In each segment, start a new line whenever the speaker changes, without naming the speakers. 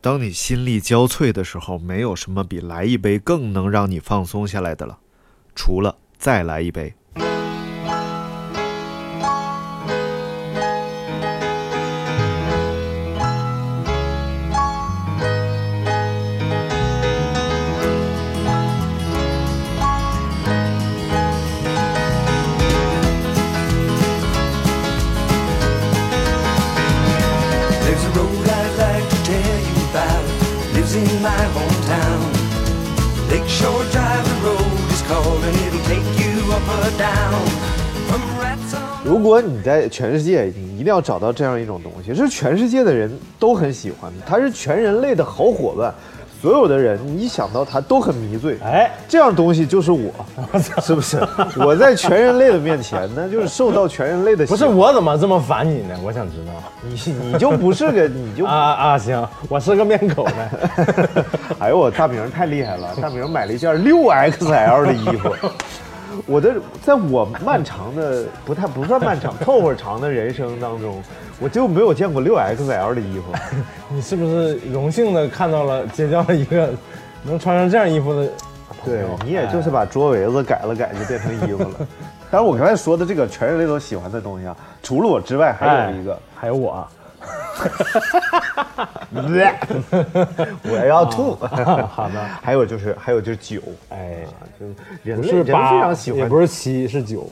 当你心力交瘁的时候，没有什么比来一杯更能让你放松下来的了，除了再来一杯。
There's a road I'd like to tell you about. Lives in my hometown. Lakeshore Drive, the road is called, and it'll take you up or down. From rats on
如果你在全世界，你一定要找到这样一种东西，是全世界的人都很喜欢的，它是全人类的好伙伴。所有的人，你一想到它都很迷醉。
哎，
这样东西就是 我，是不是？我在全人类的面前，那就是受到全人类的喜欢。
不是我怎么这么烦你呢？我想知道。
你，你就不是个，你就
啊啊，行，我是个面口 呗。
哎呦，我大明儿太厉害了！大明儿买了一件六 XL 的衣服。我的，在我漫长的不太不算漫长，凑合长的人生当中，我就没有见过六 XL 的 衣服。
你是不是荣幸的看到了结交了一个能穿上这样衣服的？
对你也就是把桌围子改了改，就变成衣服了。 但是我刚才说的这个全人类都喜欢的东西啊，除了我之外，还有一个，
哎还有我，啊
哎我要 吐。
好的。
还有就是，还有就是酒，啊
哎，
就是人
不
类
是
人非常
八
喜，
也
欢
不是七，是九。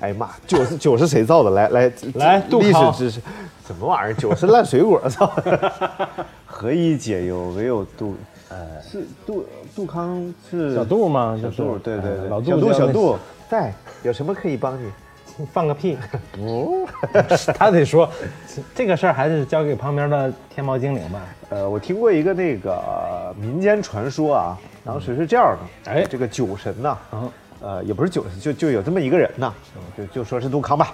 哎呀妈，酒是酒是谁造的？来来
来杜
历史
康
知识，什么玩意儿？酒是烂水果造的， 何以解忧？唯有杜，是杜杜康是
小杜吗
小
就
杜，
是
对对
哎
对，
老杜
小杜
叫
小
那
杜在，有什么可以帮你？
放个屁！
哦
他得说，这个事儿还是交给旁边的天猫精灵吧。
呃，我听过一个那个呃民间传说啊，当时是这样的，
哎
这个酒神呐、
嗯
呃，也不是酒神，就就有这么一个人呐、就就说是杜康吧，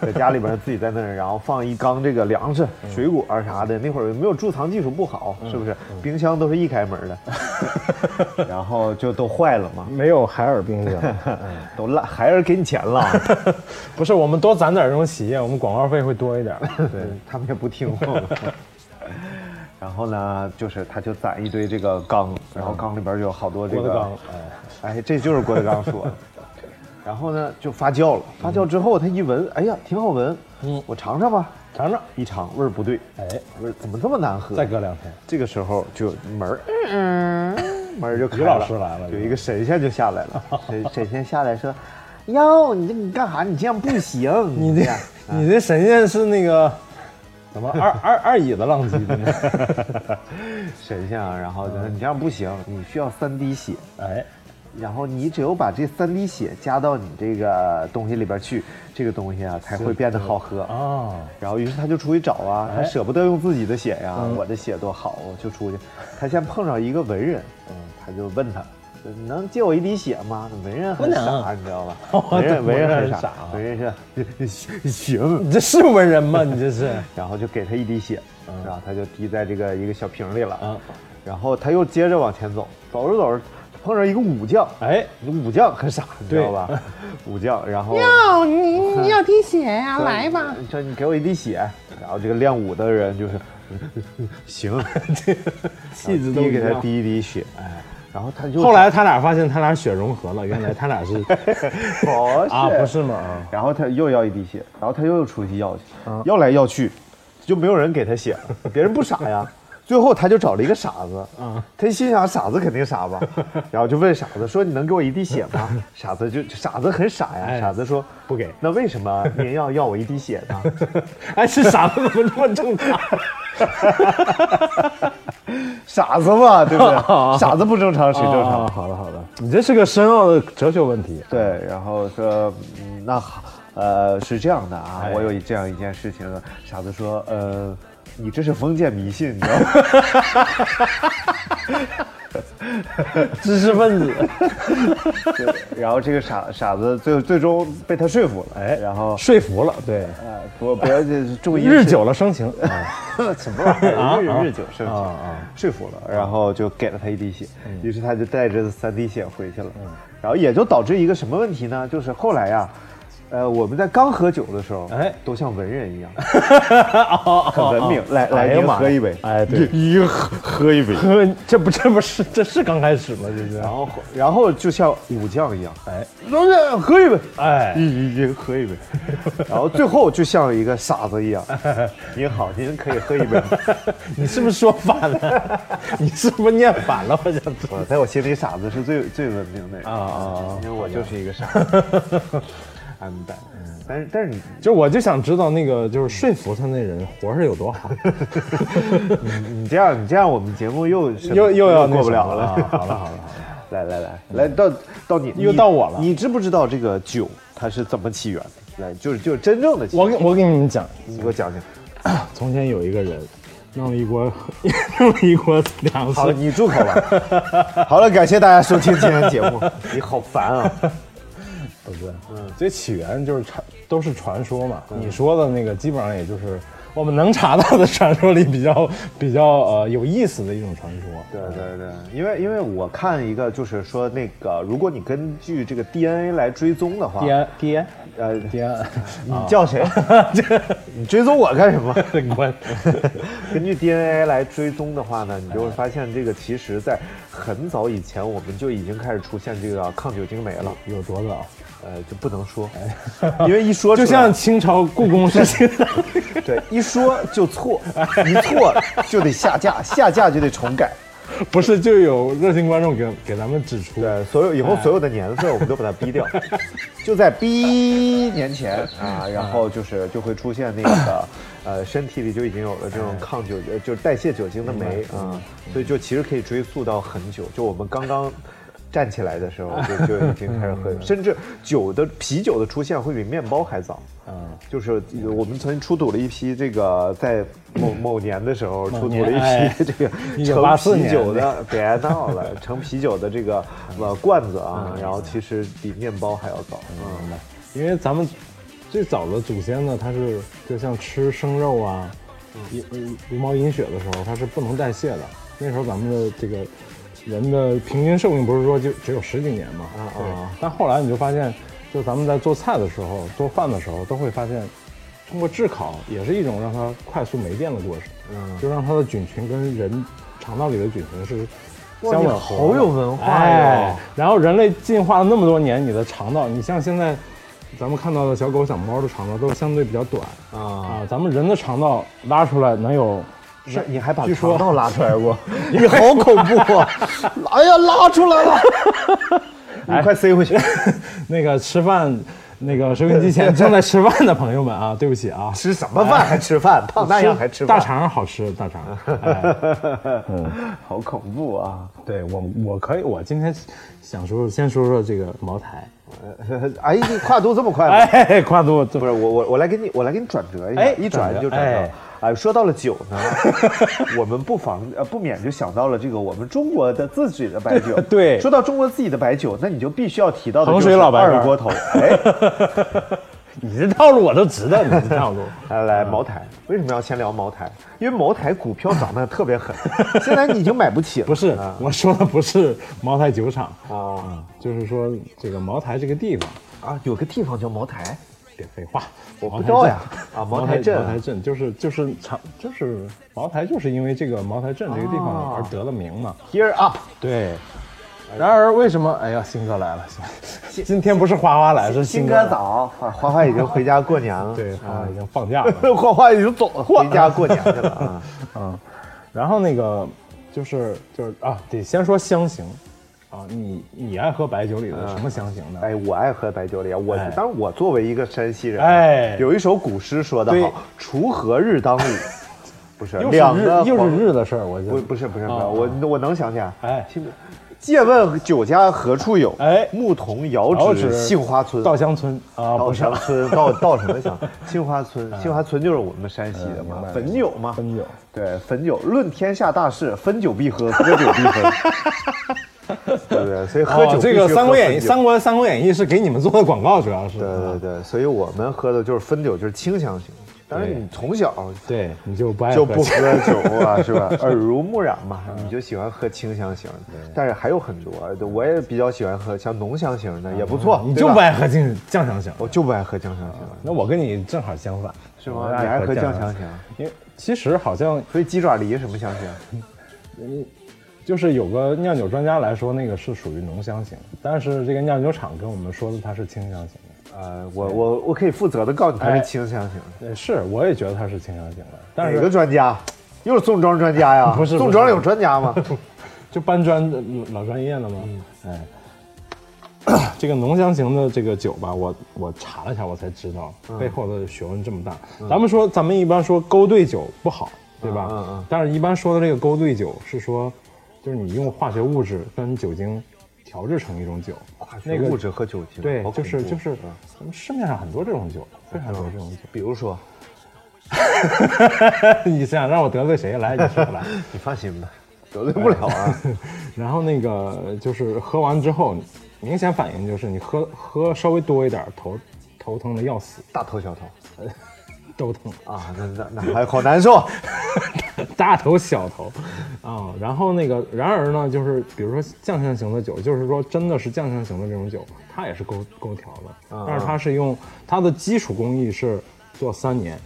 在家里边自己在那儿，然后放一缸这个粮食、
嗯
水果啥的，那会儿没有贮藏技术不好，是不是？
嗯
冰箱都是一开门 的，然后就都坏了嘛，
没有海尔冰箱，
都烂，孩儿给你钱了，
不是我们多攒点这种企业，我们广告费会多一点。
对他们也不听我们。 然后呢，就是他就攒一堆这个缸，然后缸里边有好多这
郭
个
德纲，哎，
哎，这就是郭德纲 说的。然后呢，就发酵了，发酵之后他一闻，哎呀，挺好闻，嗯，我尝尝吧。
尝尝，
一尝味儿不对，
哎，
味儿怎么这么难喝？
再隔两天，
这个时候就门儿，嗯，门儿就开
于
了，
老师来了
有一个神仙就下来 了，神神仙下来说。哟，你这你干啥？你这样不行！
你这你这神仙是那个什啊么二二二椅子 浪迹的吗？
神仙啊，然后就说你这样不行，你需要三滴血。
哎，
然后你只有把这三滴血加到你这个东西里边去，这个东西啊才会变得好喝啊
哦，
然后于是他就出去找啊，他
哎
舍不得用自己的血呀，我的血多好，我就出去。他先碰上一个文人，嗯，他就问他。你能借我一滴血吗？文人很
不
傻，
能
你知道吧？文人哦文人很傻，啊文
文
人是 行。
你这是文人吗？你这 是？
然后就给他一滴血，然后他就滴在这个一个小瓶里了
嗯。
然后他又接着往前走，走着走着碰上一个武将，
哎，
武将很傻，你知道 吧？武将，然后
哦，你你要滴血呀、来吧。
你说你给我一滴血，然后这个练武的人就是， 行，
气质都
滴
啊一
给他
样。
滴一滴血，哎，然后他就
后来他俩发现他俩血融合了，原 来他俩是
不
啊，
是，
不是吗？啊，
然后他又要一滴血，然后他又出去要去，
嗯
要来要去，就没有人给他 血了，别人不傻呀。最后他就找了一个傻子，
嗯
他心想傻子肯定傻吧， 然后就问傻子说：“你能给我一滴血吗？”傻子就傻子很傻呀，
哎
傻子说：“
不给
那为什 么您要要我一滴血呢？”
哎，这傻子怎么这么正常？
傻子嘛，对不对？傻子不正常，谁正常？
啊哦好了好了， 你这是个深奥的哲学问题。
对，然后说，嗯那好，呃，是这样的啊，
哎
我有这样一件事情。啊傻子说，呃，你这是封建迷信，你知道吗？
知识分子，
对然后这个傻傻子最最终被他说服了，哎，然后，
说服了，对，
哎，不不要注意
日久了生情。
什么玩意儿？
啊啊
日日久生情
啊啊，嗯
说服了，然后就给了他一滴血，于是他就带着三滴血回去了，然后也就导致一个什么问题呢？就是后来呀，呃，我们在刚喝酒的时候，
哎
哎，都像文人一样，
哦
很文明。来
哎
来，
呀
您
妈呀
喝一杯，
哎 对
一个喝喝一杯。
呵，这不这不是这是刚开始吗？这是
然后然后就像武将一样，
哎
老铁喝一杯，
哎，
一一一喝一杯，然后最后就像一个傻子一 样，您好，您可以喝一杯吗。
你是不是说反 了？你是不是念反了？我想知道
我在我心里，傻子是最最文明的人
啊啊啊
因为我就是一个 傻子。安排，但是但是你
就我就想知道那个就是说服他那人活是有多好，
你这样你这样，我们节目又是
又又要那
过不
什
了
么
了。
啊好了好了好了，
来来来来，到到你
又
你
到我了
你知不知道这个酒它是怎么起源的？来，就是就是真正的起
我
源，
给我给你们讲，
你给我 讲讲。
从前有一个人，弄了一锅 弄了一锅粮
好了，
食，
你住口吧。 好了，感谢大家收听今天的节目。你好烦 啊！
不是，所以起源就是传都是传说嘛。你说的那个基本上也就是我们能查到的传说里比较 比较呃有意思的一种传说。
对对对，因为因为我看一个就是说那个，如果你根据这个 DNA 来追踪的话，
爹爹
呃，
爹，
你叫 谁？你追踪我干什么？
这关。
根据 DNA 来追踪的话呢，你就会发现这个其实，在很早以前我们就已经开始出现这个抗酒精酶了。
有多早？
呃，就不能说， 因为一 说
就
出来
像清朝故宫 事情，
对一说就错，一错就得下架，下架就得重改。
不是就有热心观众给给咱们指出，
对，所有以后所有的年份我们都把它逼掉，就在逼年前啊，然后就是就会出现那个呃身体里就已经有了这种抗酒呃就是代谢酒精的酶啊，所以就其实可以追溯到很久，就我们刚刚。站起来的时候 就就已经开始喝，甚至酒的啤酒的出现会比面包还早。嗯，就是我们曾经出土了一批这个，在某某年哎的时候出土了一批这个
1984
盛啤
年
酒的呃，别闹了，盛啤酒的这个呃罐子啊，然后其实比面包还要早。嗯，
因为咱们最早的祖先呢，他是就像吃生肉啊，饮茹毛饮血的时候，它是不能代谢的。那时候咱们的这个人的平均寿命不是说就只有十几年嘛？啊啊！但后来你就发现，就咱们在做菜的时候、做饭的时候，都会发现，通过炙烤也是一种让它快速霉变的过程，嗯，就让它的菌群跟人肠道里的菌群是。相
你
吻合
好
的
有文化
哎
呀！，
然后人类进化了那么多年，你的肠道，你像现在咱们看到的小狗、小猫的肠道都相对比较短啊
嗯
咱们人的肠道拉出来能有
是你还把
据说
肠道拉出来 过，你好恐怖啊！ 哎呀，拉出来了， 哎你快塞回去。
那个吃饭，那个收音机前正在吃饭的朋友们啊，对 不起啊，
吃什么饭还吃 饭？胖 那样还吃
大
饭？
肠好吃，大肠。 哎、
好恐怖啊！
对我我可以，我今天想说先说说这个 茅台，
哎，你跨度这么快吗？
哎，跨度这
不是我我我来给你我来给你转折一下，
哎
一转就
转折
转折。
哎
哎，说到了酒呢， 我们不妨呃不免就想到了这个我们中国的自己的白酒。
对
说到中国自己的白酒，那你就必须要提到的
衡水
就是
老白干
二锅头。哎，
你这套路我都知道，你这套路。
哎来来茅台，为什么要先聊茅台？因为茅台股票涨得特别 狠，现在你已经买不起了。
不是，我说的不是茅台酒厂，
啊
啊 就是说这个茅台这个地方，
啊，有个地方叫茅台，
别废话，
我不
茅台
知道
镇
呀啊
茅
茅台镇
茅台镇就是就是厂就是茅台，就是因为这个茅台镇这个地方而得了名嘛。
Here Up。
啊对。然而为什么？哎呀，新哥来了， 今天不是花花来，是
新
哥
哥
来。
早，花花花已经回家过年了。
对，花
啊
花已经放假 了。
花花已经走了，回家过年去了啊。
然后那个就是就是啊，得先说香型啊，你你爱喝白酒里的什么香型呢？
哎，我爱喝白酒里啊，我、
哎
当然我作为一个山西人，啊
哎
有一首古诗说得
对
好：“锄禾日 当午。”不是，
又是
两
日
个
又
黄
是日的事儿，我觉
不
得
不是不是不是，
啊
我我能想起来。啊
哎
听，借问酒家何处有？
哎
牧童遥
遥
指
指
杏花村。
稻香村啊，
稻
不是嗯
香村，稻稻什么 香？杏花村，杏花村就是我们山西的嘛，汾酒嘛，
汾酒。
对，汾酒论天下大事，分酒必喝，合酒必分。 对不对？所以喝
哦
酒、
这个《三国演义》，《
三。
三国》《三国演义》是给你们做的广告，主要是。
对对对，所以我们喝的就是汾酒，就是清香型。但是你从小
对，你就不爱
就
喝
不
酒嗯
喝酒啊，是 吧？耳濡目染嘛，你就喜欢喝清香型的。但是还有很多，对我也比较喜欢喝像浓香型的，也不错。
嗯你
对
就
吧
不爱喝酱酱香型。
我就不爱喝酱香型的，
那我跟你正好相反，
是吗
我
你爱喝
酱
酱香型
因为其实好像
所以鸡爪梨什么香型？
就是有个酿酒专家来说，那个是属于浓香型，但是这个酿酒厂跟我们说的它是清香型的。
呃，我我我可以负责的告诉你，它
哎
是清香型的。
呃是，我也觉得它是清香型的，但
哪个
是
专家？又是宋庄专家呀？
不是
宋
不
庄
是
有专家 吗？
就搬砖的老专业了嘛。
嗯
哎， 这个浓香型的这个酒吧，我我查了一下，我才知道
嗯
背后的学问这么大。咱们说，咱们一般说勾兑酒不好，对吧？
嗯嗯
但是一般说的这个勾兑酒是说，就是你用化学物质跟酒精调制成一种酒，那个
物质和酒精，
对
好，
就
恐
是
怖啊嗯
就是，咱们市面上很多这种酒，非 常多这种
比如说，
酒。你想让我得罪谁来？你说 来。
你放心吧，得罪不了啊。
然后那个就是喝完之后，明显反应就是你喝喝稍微多一点，头头疼的要死，
大头小头
都疼，
啊，那那那还好难受。
大头小头，啊、然后那个然而呢，就是比如说酱香型的酒，就是说真的是酱香型的这种酒，它也是勾勾调的，但是它是用它的基础工艺是做三年，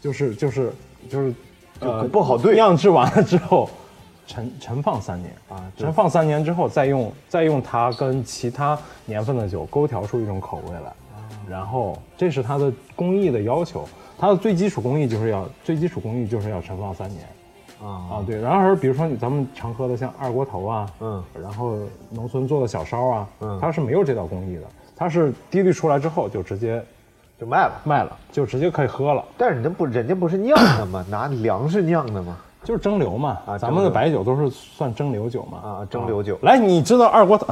就是就是就是呃
不好兑
酿制完了之后。陈陈放三年啊，陈放三年之后，再用再用它跟其他年份的酒勾调出一种口味来，然后这是它的工艺的要求，它的最基础工艺就是要最基础工艺就是要陈放三年啊对。然而，比如说你咱们常喝的像二锅头啊，
嗯，
然后农村做的小烧啊，
嗯
它是没有这道工艺的，它是滴滤出来之后就直接
就卖了。
卖了，就直接可以喝了。
但是人家不，人家不是酿的吗？拿粮食酿的吗？
就是蒸馏嘛，
啊
咱们的
蒸馏
白酒都是算蒸馏酒嘛，
啊啊蒸馏酒
啊来，你知道二锅头？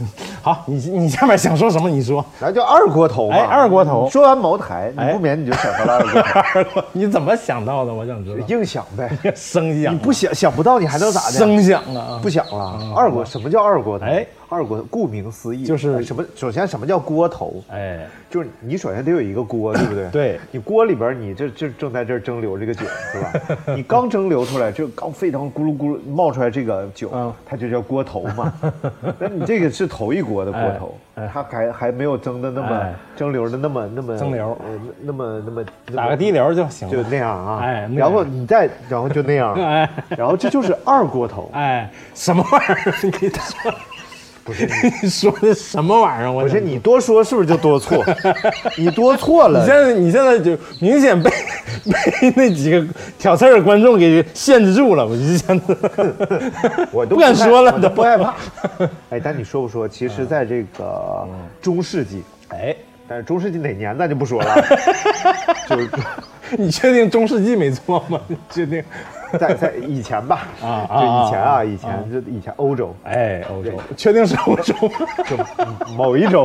好，你你下面想说什么？你说。
咱叫二锅头嘛。
哎二锅头
你说完茅台，你
哎
不免你就想到了二锅 头，
二锅，你怎么想到的？我想知道。
硬想呗。
生想，
你不想想不到，你还能咋的？
生想啊！
不想了。二锅什么叫二锅头？
哎，
二锅顾名思义
就是
哎什么？首先什么叫锅头？
哎，
就是你首先得有一个锅，对不对？
对
你锅里边你这这正在这儿蒸馏这个酒，是吧？你刚蒸馏出来，这刚沸腾咕噜咕噜冒出来这个酒
嗯，
它就叫锅头 嘛。那你这个是头一锅的锅头
哎哎，
它还还没有蒸的那么
哎
蒸馏的那么那么
蒸馏
呃那么那么那么
打个滴流就行
就
了。
那样啊。
哎那样
然后你再然后就那样，
哎
然后这就是二锅头。
哎，什么玩意儿？你说不是你说的什么玩意儿？我
不
不
是你多说是不是就多错？ 你多错了
你现。在你现在就明显被 被那几个挑刺儿的观众给限制住了，我就想，
我都
不敢
害
说了
我都
都
不害怕。哎，但你说不说？其实，在这个中世纪，
嗯哎，
但是中世纪哪年咱就不说了， 就是
你确定中世纪没错吗？你确定？
在在以前吧，
啊啊
就以前啊，
啊
以前就以前欧洲
哎，欧洲，确定是欧洲吗？
就某一周，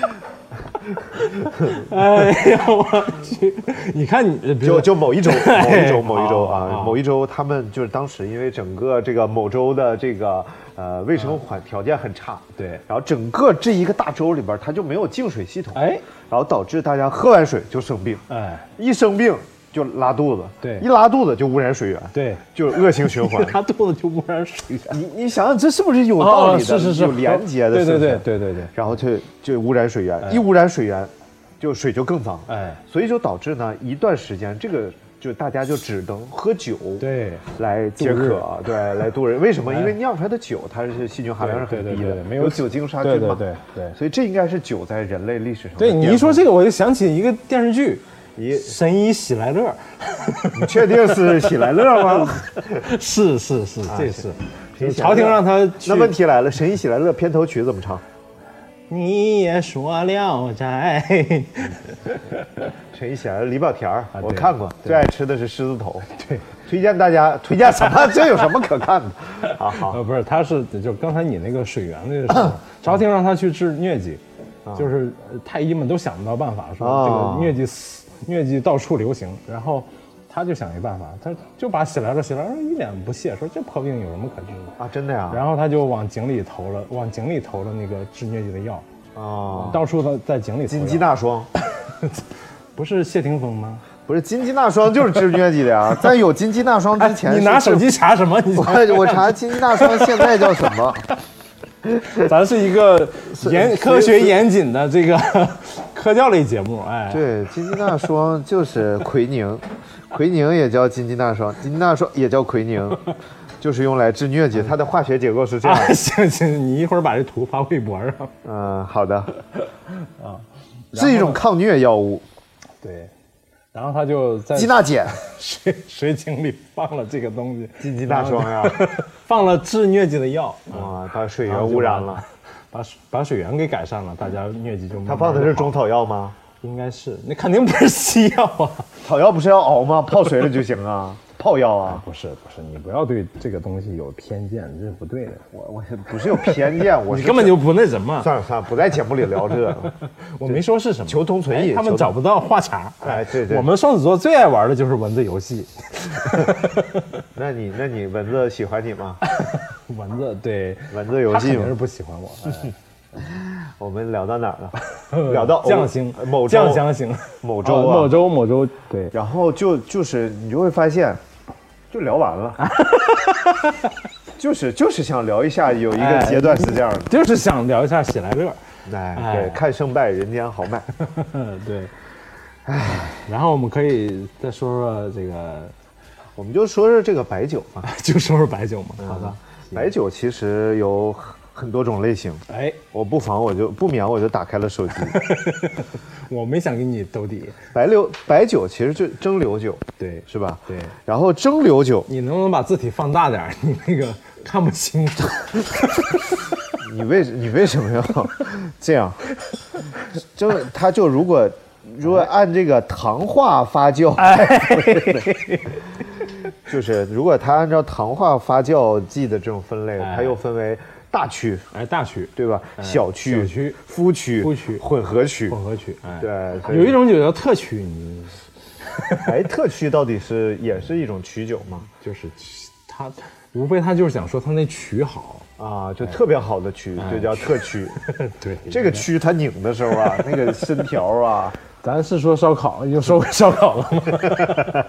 哎呀，我去！你看你，比如
就就某一周，某一周，
哎
某一周
好
啊
好，
某一周，他们就是当时因为整个这个某州的这个呃卫生环条件很差，
嗯对
然后整个这一个大洲里边，它就没有净水系统，
哎
然后导致大家喝完水就生病，
哎，
一生病就拉肚子，
对
一拉肚子就污染水源，，
对，
就是恶性循环
。他肚子就污染水了。
你你想想，这是不是有道理的？
哦是是是，
有连接的，
对
是
对
不是
对对对对，
然后就就污染水源，一污染水源，就水就更脏，
哎
所以就导致呢一段时间这个就大家就只能喝酒，
对
来解
度日哎
渴，啊对，来度日。为什么？因为酿出来的酒它是细菌含量是
对
很
对
低
对
的
对，没
有
有
酒精杀菌嘛，
对对对对
所以这应该是酒在人类历史上的
对，你一说
巅
这个，我就想起一个电视剧
一
《神医喜来乐
峰，你确定是喜来乐 吗？》，
是是是，这啊
谁
是就是
喜来乐
朝廷让他去
那问题来了，神医喜来乐片头曲怎么唱？
你也说聊斋，
陈一贤、李保田儿，我
对
看过，
对
最爱吃的是狮子头。啊对，推荐大家推荐什么？这有什么可看的？ 好好，
呃，不是，他是就刚才你那个水源那个 时候，朝廷让他去治疟疾，就是呃太医们都想不到办法，
啊
说这个疟疾死疟疾到处流行，然后他就想一办法，他就把喜来乐喜来乐一脸不屑说这破病有什么可治的，
啊，真的呀。
然后他就往井里投了，往井里投了那个治疟疾的药，
哦，
到处的在井里投
金
药
鸡大双，
不是谢霆锋吗？
不是金鸡纳霜就是吃疟疾 的啊，在有金鸡纳霜之前是
哎你
吃，
拿手机查什么？你
我 我查金鸡纳霜现在叫什 么？
咱是一个严
是
科学严谨的这个 科教类节目，哎，
对，金鸡纳霜就是奎宁，奎宁也叫金鸡纳霜，金鸡纳霜也叫奎宁，就是用来治疟疾。它的化学结构是这样
啊，
的。
行行，你一会儿把这图发微博上。
嗯，好的。 啊，是一种抗疟药物，
对，然后他就在
鸡纳 碱、
水 水井里放了这个东西，啊
金鸡纳霜呀。
放了治疟疾的药，
哇，把 水
然
源
后就
污染
把
了。，
把水把水源给改善了，大家疟疾就慢慢
它放的
就是好
中
了，
草药吗？
应该是那肯定不是西药啊，
草药不是要熬吗？泡水里就行啊，泡药啊。
不是不是，你不要对这个东西有偏见，这是不对的，
我我不是有偏见，我
你
是
根本就不那什么，
算了算了，不在节目里聊这个。
我没说是什么，
求同存异
哎他们
求同
找不到话茬，
哎对对
我们双子座最爱玩的就是文字游戏，
那你那你蚊子喜欢你吗？
蚊子对，
蚊子游
他肯
戏
定是
吗？
不喜欢我，哎
我们聊到哪儿 了？聊到
酱星
呃某州
酱香型
某州
哦
啊
某州某州对，
然后就就是你就会发现，就聊完 了，就是就是想聊一下，有一个阶段是这样的，
就是想聊一下喜来乐，
哎，
哎
对，看胜败，人间豪迈。嗯
对，哎，然后我们可以再说说这个，
我们就说说这个白酒嘛，
就说说白酒嘛，好吧？
白酒其实有很多种类型，
哎，
我不妨我就不免我就打开了手机，
我没想跟你兜底，
白流白酒其实就蒸馏酒，
对，
是吧？
对。
然后蒸馏酒，
你能不能把字体放大点儿？ 你那个看不清楚。
你为你为什么 要这样？蒸它就如果如果按这个糖化发酵，
哎
就是如果它按照糖化发酵剂的这种分类，它又分为大区，
哎，大曲
对吧？小区、
小区
麸区、
麸区
混合区。
混合曲，哎，
对，所以
有一种酒叫特曲，你
哎，特区到底是也是一种曲酒吗？
就是他，无非他就是想说他那曲好，
啊，就特别好的曲就叫特区。
哎 对，
这个区它拧的时候啊，那个身条啊，
咱是说烧烤，又说回烧烤了吗？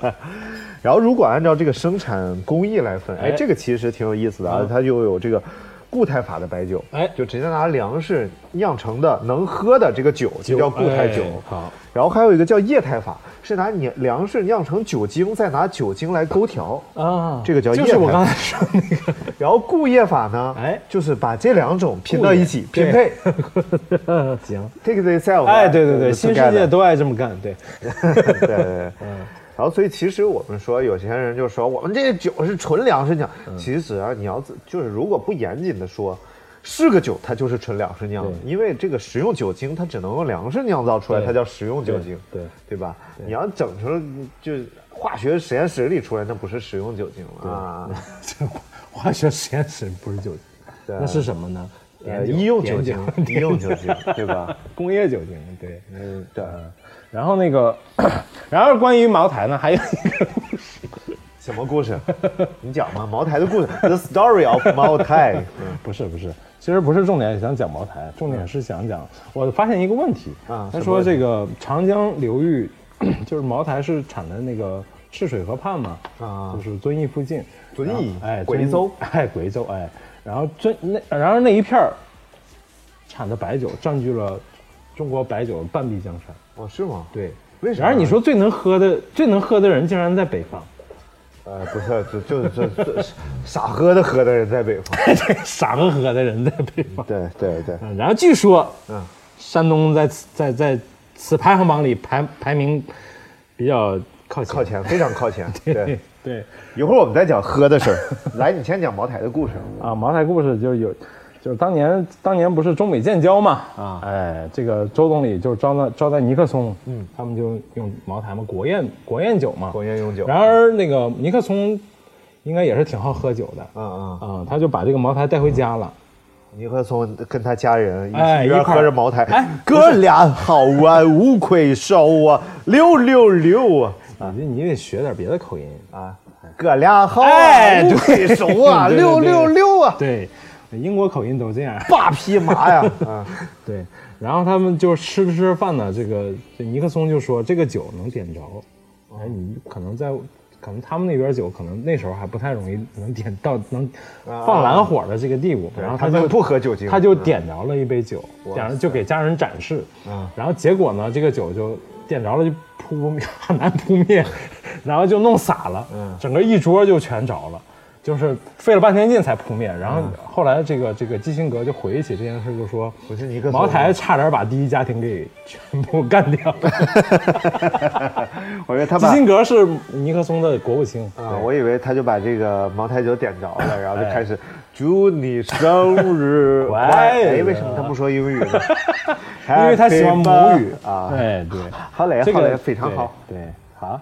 然后如果按照这个生产工艺来分，哎，
哎嗯
这个其实挺有意思的啊，它就有这个固态法的白酒，
哎
就直接拿粮食酿成的能喝的这个酒就叫固态酒。
哎好，
然后还有一个叫液态法，是拿你粮食酿成酒精，再拿酒精来勾调。
啊，
这个叫
就是
液
我
态
刚才说那个，
然后固液法呢，
哎
就是把这两种拼到
固液
一起
对
拼配
行，
，take the self。
哎，对对对，新世界
都。
都爱这么干，对，
对对对，嗯。然后，所以其实我们说，有些人就说我们这个酒是纯粮食酿，
嗯
其实啊，你要自就是如果不严谨的说，是个酒它就是纯粮食酿的，因为这个食用酒精它只能用粮食酿造出来，
对
它叫食用酒精，
对对
对吧？你要整成就化学实验室里出来，那不是食用酒精了啊。
这化学实验室不是酒精，
对
那是什么呢？
呃，
碘
医用酒
碘
精， 医用酒精，对吧？
工业酒精，对。
嗯，对。
然后那个， 然后关于茅台呢，还有一个
什么故事？你讲嘛，茅台的故事，The Story of 茅台。嗯
不是不是，其实不是重点想讲茅台，重点是想讲，我发现一个问题
啊
他
什么问
说
题
这个长江流域，就是茅台是产的那个赤水河畔嘛，
啊
就是遵义附近，
遵
然后
义
哎，
贵
遵义
州，
哎， 贵州，哎，然后遵那，然后那一片儿产的白酒占据了中国白酒的半壁江山，
哦，是吗？
对。
为什么
然而你说最能喝的最能喝的人竟然在北 方，
呃，不是，就就就就傻喝的喝的人在北方。
傻呵呵的人在北方。
对对对，
嗯，然后据说，
嗯
嗯，山东在此在在此排行榜里排排名比较靠前。
靠前，非常靠前。对，
对
一会儿我们再讲喝的事儿。 来，你先讲茅台的故事。
啊，茅台故事就有，就是当年当年不是中美建交嘛
啊
哎，这个周总理就招待招待尼克松，嗯，他们就用茅台嘛，国宴国宴酒嘛，
国宴用酒
然而那个尼克松应该也是挺好喝酒的。
嗯嗯，
啊、他就把这个茅台带回家了。
尼克松跟他家人一
哎
一边
一块儿
喝着茅台，
哎
哥俩好啊，五魁首啊，六六六啊
嗯你你得学点别的口音。
啊，哥俩好啊，
哎
五魁首啊，
对对对
六六六啊。
对，英国口音都这样。
爸匹麻 呀！啊，
对，然后他们就吃着吃着饭呢，这个这尼克松就说这个酒能点着，哎，你可能在可能他们那边酒可能那时候还不太容易能点到能放蓝火的这个地步，然后
啊他
就
们不喝酒嗯精，
他就点着了一杯酒，然后就给家人展示，
啊
然后结果呢，这个酒就点着了就扑灭， 很难扑灭，然后就弄洒了，
嗯
整个一桌就全着了。就是费了半天劲才扑灭，然
嗯
后后来这个这个基辛格就回忆起这件事，就说
不是尼克松
茅台差点把第一家庭给全部干 掉。
我以为他
基
把
辛格是尼克松的国务卿
啊，我以为他就把这个茅台酒点着 了，然后就开始祝你生 日
快乐
哎，为什么他不说英语呢？
对，因为他喜欢母
Happy
语
birthday 啊。
对对，
好嘞，
这
好嘞，
个
非常好。
对，对，好，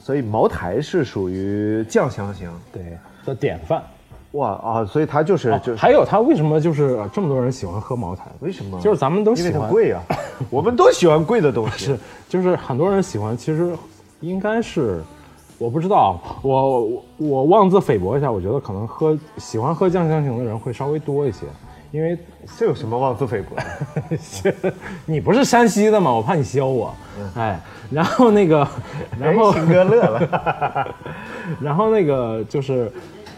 所以茅台是属于酱香型，
对的典范。
哇啊，所以它就是就
还有他为什么就是呃这么多人喜欢喝茅台？
为什么？
就是咱们都
因
喜
为
欢
它贵 啊，我们都喜欢贵的东西
是。，就是很多人喜欢，其实应该是，我不知道，我我我妄自菲薄一下，我觉得可能喝喜欢喝酱香型的人会稍微多一些，因为
这有什么妄自菲薄？
你不是山西的嘛，我怕你削我，哎，然后那个，然后
嗯哎秦哥乐 了。
然后那个就是，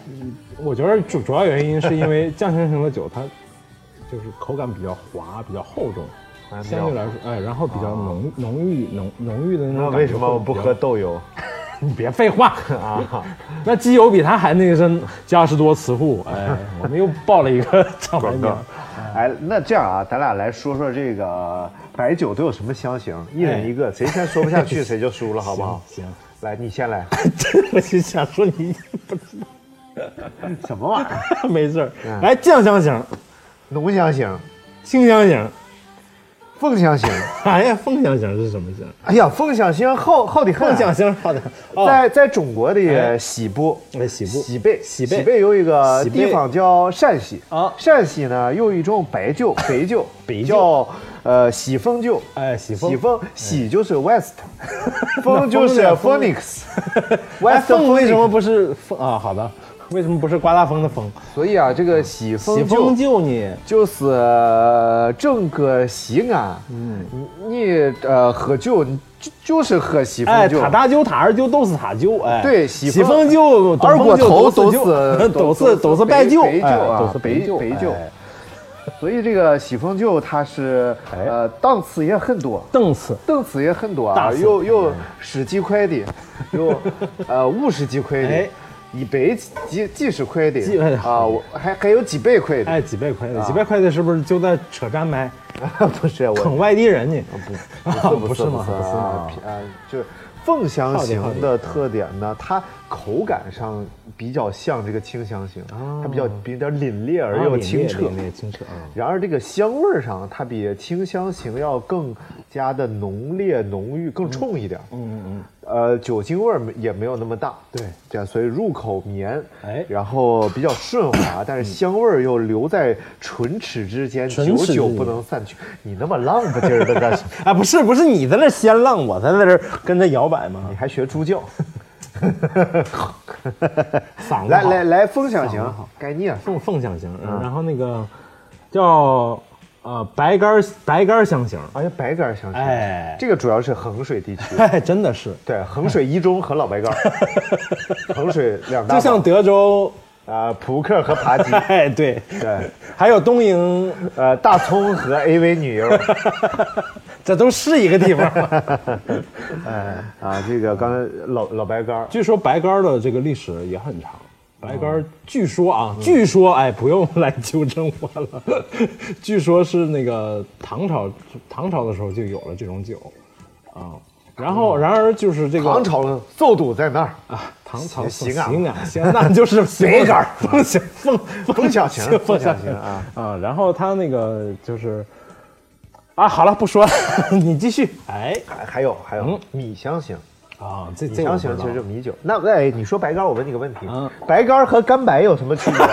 嗯我觉得主主要原因是因为酱香型的酒它就是口感比较滑，比较厚重。
哎
相对来说，哎，然后比较浓、浓郁、浓浓郁的那
啊那
种感觉。
为什么我不喝？豆油？
你别废话，
啊，
那基友比他还那个是嘉实多磁护， 哎，我们又报了一个厂牌
广
名
告。。哎，那这样啊，咱俩来说说这个白酒都有什么香型，一人一个，谁先说不下 去谁就输了，好不好？
哎行，
来，你先来，
我就想说你 不知
什么玩意儿？
道，没事儿。
嗯
哎来酱香型、
浓香型、
清香型，
凤香 型。
哎呀，凤香型是什 么型？
哎呀，凤香型厚厚的很啊。
凤香型，好的，哦
在在中国的
哎
喜部，
哎喜部
喜贝，
喜贝
有一个
喜贝
地方叫陕西
啊
陕西呢有一种白酒，白酒，
白酒
叫呃喜凤酒，
哎喜凤
喜凤，喜就是 West，
那
凤就是
风哎
Phoenix，West
凤为什
Phoenix
么不是凤啊？好的，为什么不是刮大风的风？
所以啊，这个喜
喜
凤
风
酒
救你，
就是整个西安，嗯，你呃喝酒你就就是喝喜
哎，
凤酒，
塔大揪塔儿揪豆是塔揪，哎，
对喜
喜
风
风揪
二锅头都是
是都是都是白
白
酒，
白酒
哎
啊
都是，白
白
酒，
白酒
哎。
所以这个喜凤酒它是
哎
呃档次也很多，
档次
档次也很多啊，
档次
有有十几块的，有呃五十几块的
哎，
一百几几十块的
几哎
啊，我还还有几百块的，
哎，几倍快递，几倍快递是不是就在扯站麦
不是我
啃外地人呢？
不
不是吗？不是
啊
吗？，
呃，就是凤香
好
型
的
的特点呢，它口感上比较像这个清香型，它比较比较凛冽而又清澈。
哦啊凛冽清澈啊！
然而这个香味儿上，它比清香型要更加的浓烈、浓郁、更冲一点。嗯嗯嗯。呃，酒精味儿也没有那么大。
对
这样所以入口绵，
哎嗯
然后比较顺滑，但是香味儿又留在唇齿之间，
唇
久
齿之
久
间
不能散去。你那么浪不劲儿的干什么？
哎，不是不是，你在那儿先浪，我在那儿跟着摇摆吗
你？还学猪 叫？
哎嗓子
来
好
来来，风响型
嗓子好，
该你了。
凤凤香型，嗯然后那个叫呃白干儿白干儿香型，
哎呀，白杆响型，
哎，
这个主要是衡水地区
哎， 真的是，
对，衡水一中和老白干， 衡水两大
就
堡，
像德州，
啊扑克和扒鸡，
哎，对，
对，
还有东营，
呃大葱和 AV 女优，
这都是一个地方 吗。
哎啊，这个刚才老老白干，
据说白干儿的这个历史也很长。白干儿据说啊，据说哎，不用来纠正我了。 据说是那个唐朝，唐朝的时候就有了这种酒，啊、然后然而就是这个
唐朝的奏堵在那儿，
啊，唐朝
行
行
啊
行啊，行，那 就是
白杆儿
凤小凤
风响型，风响型
行
啊，
啊，然后他那个就是啊，好了，不说了， 你继续。哎
还还有还有米香型，
啊，这
米
嗯这
香
我不
型
知
其
道
实就是米酒。那哎，你说白干，我问你个问题
嗯，
白干和干白有什么区别？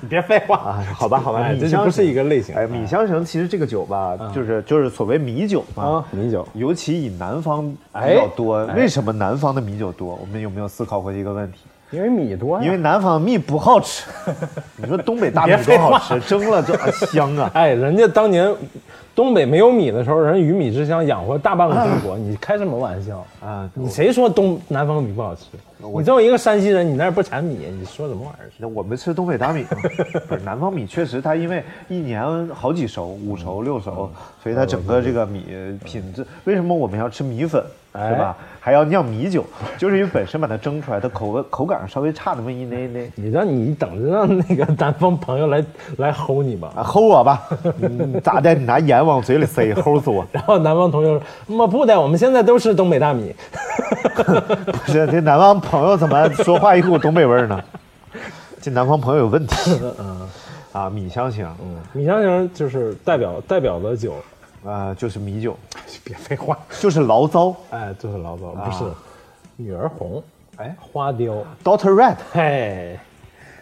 你别废话
啊，好吧，好吧，
哎
米
这就
香
不是
型
一个类型嗯
哎，米香型其实这个酒吧，就是就是所谓米酒嘛
啊，，米酒。
尤其以南方比
哎
较多。
哎
为什么南方的米酒多？我们有没有思考过一个问题？
因为米多呀。
因为南方蜜不好 吃。你说东北大米
别
多
废话！
好吃，蒸了就、啊香啊
哎，人家当年东北没有米的时候，人鱼米之乡养活大半个中国，你开什么玩笑
啊
啊？你谁说东南方米不好吃？
我
你这么一个山西人，你那儿不产米，你说什么玩意儿？
那我们吃东北大米嘛，不是南方米，确实它因为一年好几熟，五熟六熟，所以它整个这个米品质，为什么我们要吃米粉，
哎
对吧？还要酿米酒，就是因为本身把它蒸出来，它口味口感稍微差那么一那那
你让你等着让那个南方朋友来来吼你吧。
啊，齁我吧，你你咋的？你拿盐往嘴里塞，齁死我！
然后南方同学说：“妈不的，我们现在都吃东北大米。
不是，这南方朋友怎么说话一股东北味儿呢？这南方朋友有问题。啊，米香型，
米香型就是代表代表的酒，
呃，就是米酒，
别废话，
就是醪糟
哎，就是老早不是
啊
女儿红，
哎
花雕，
（Daughter Red）
嘿，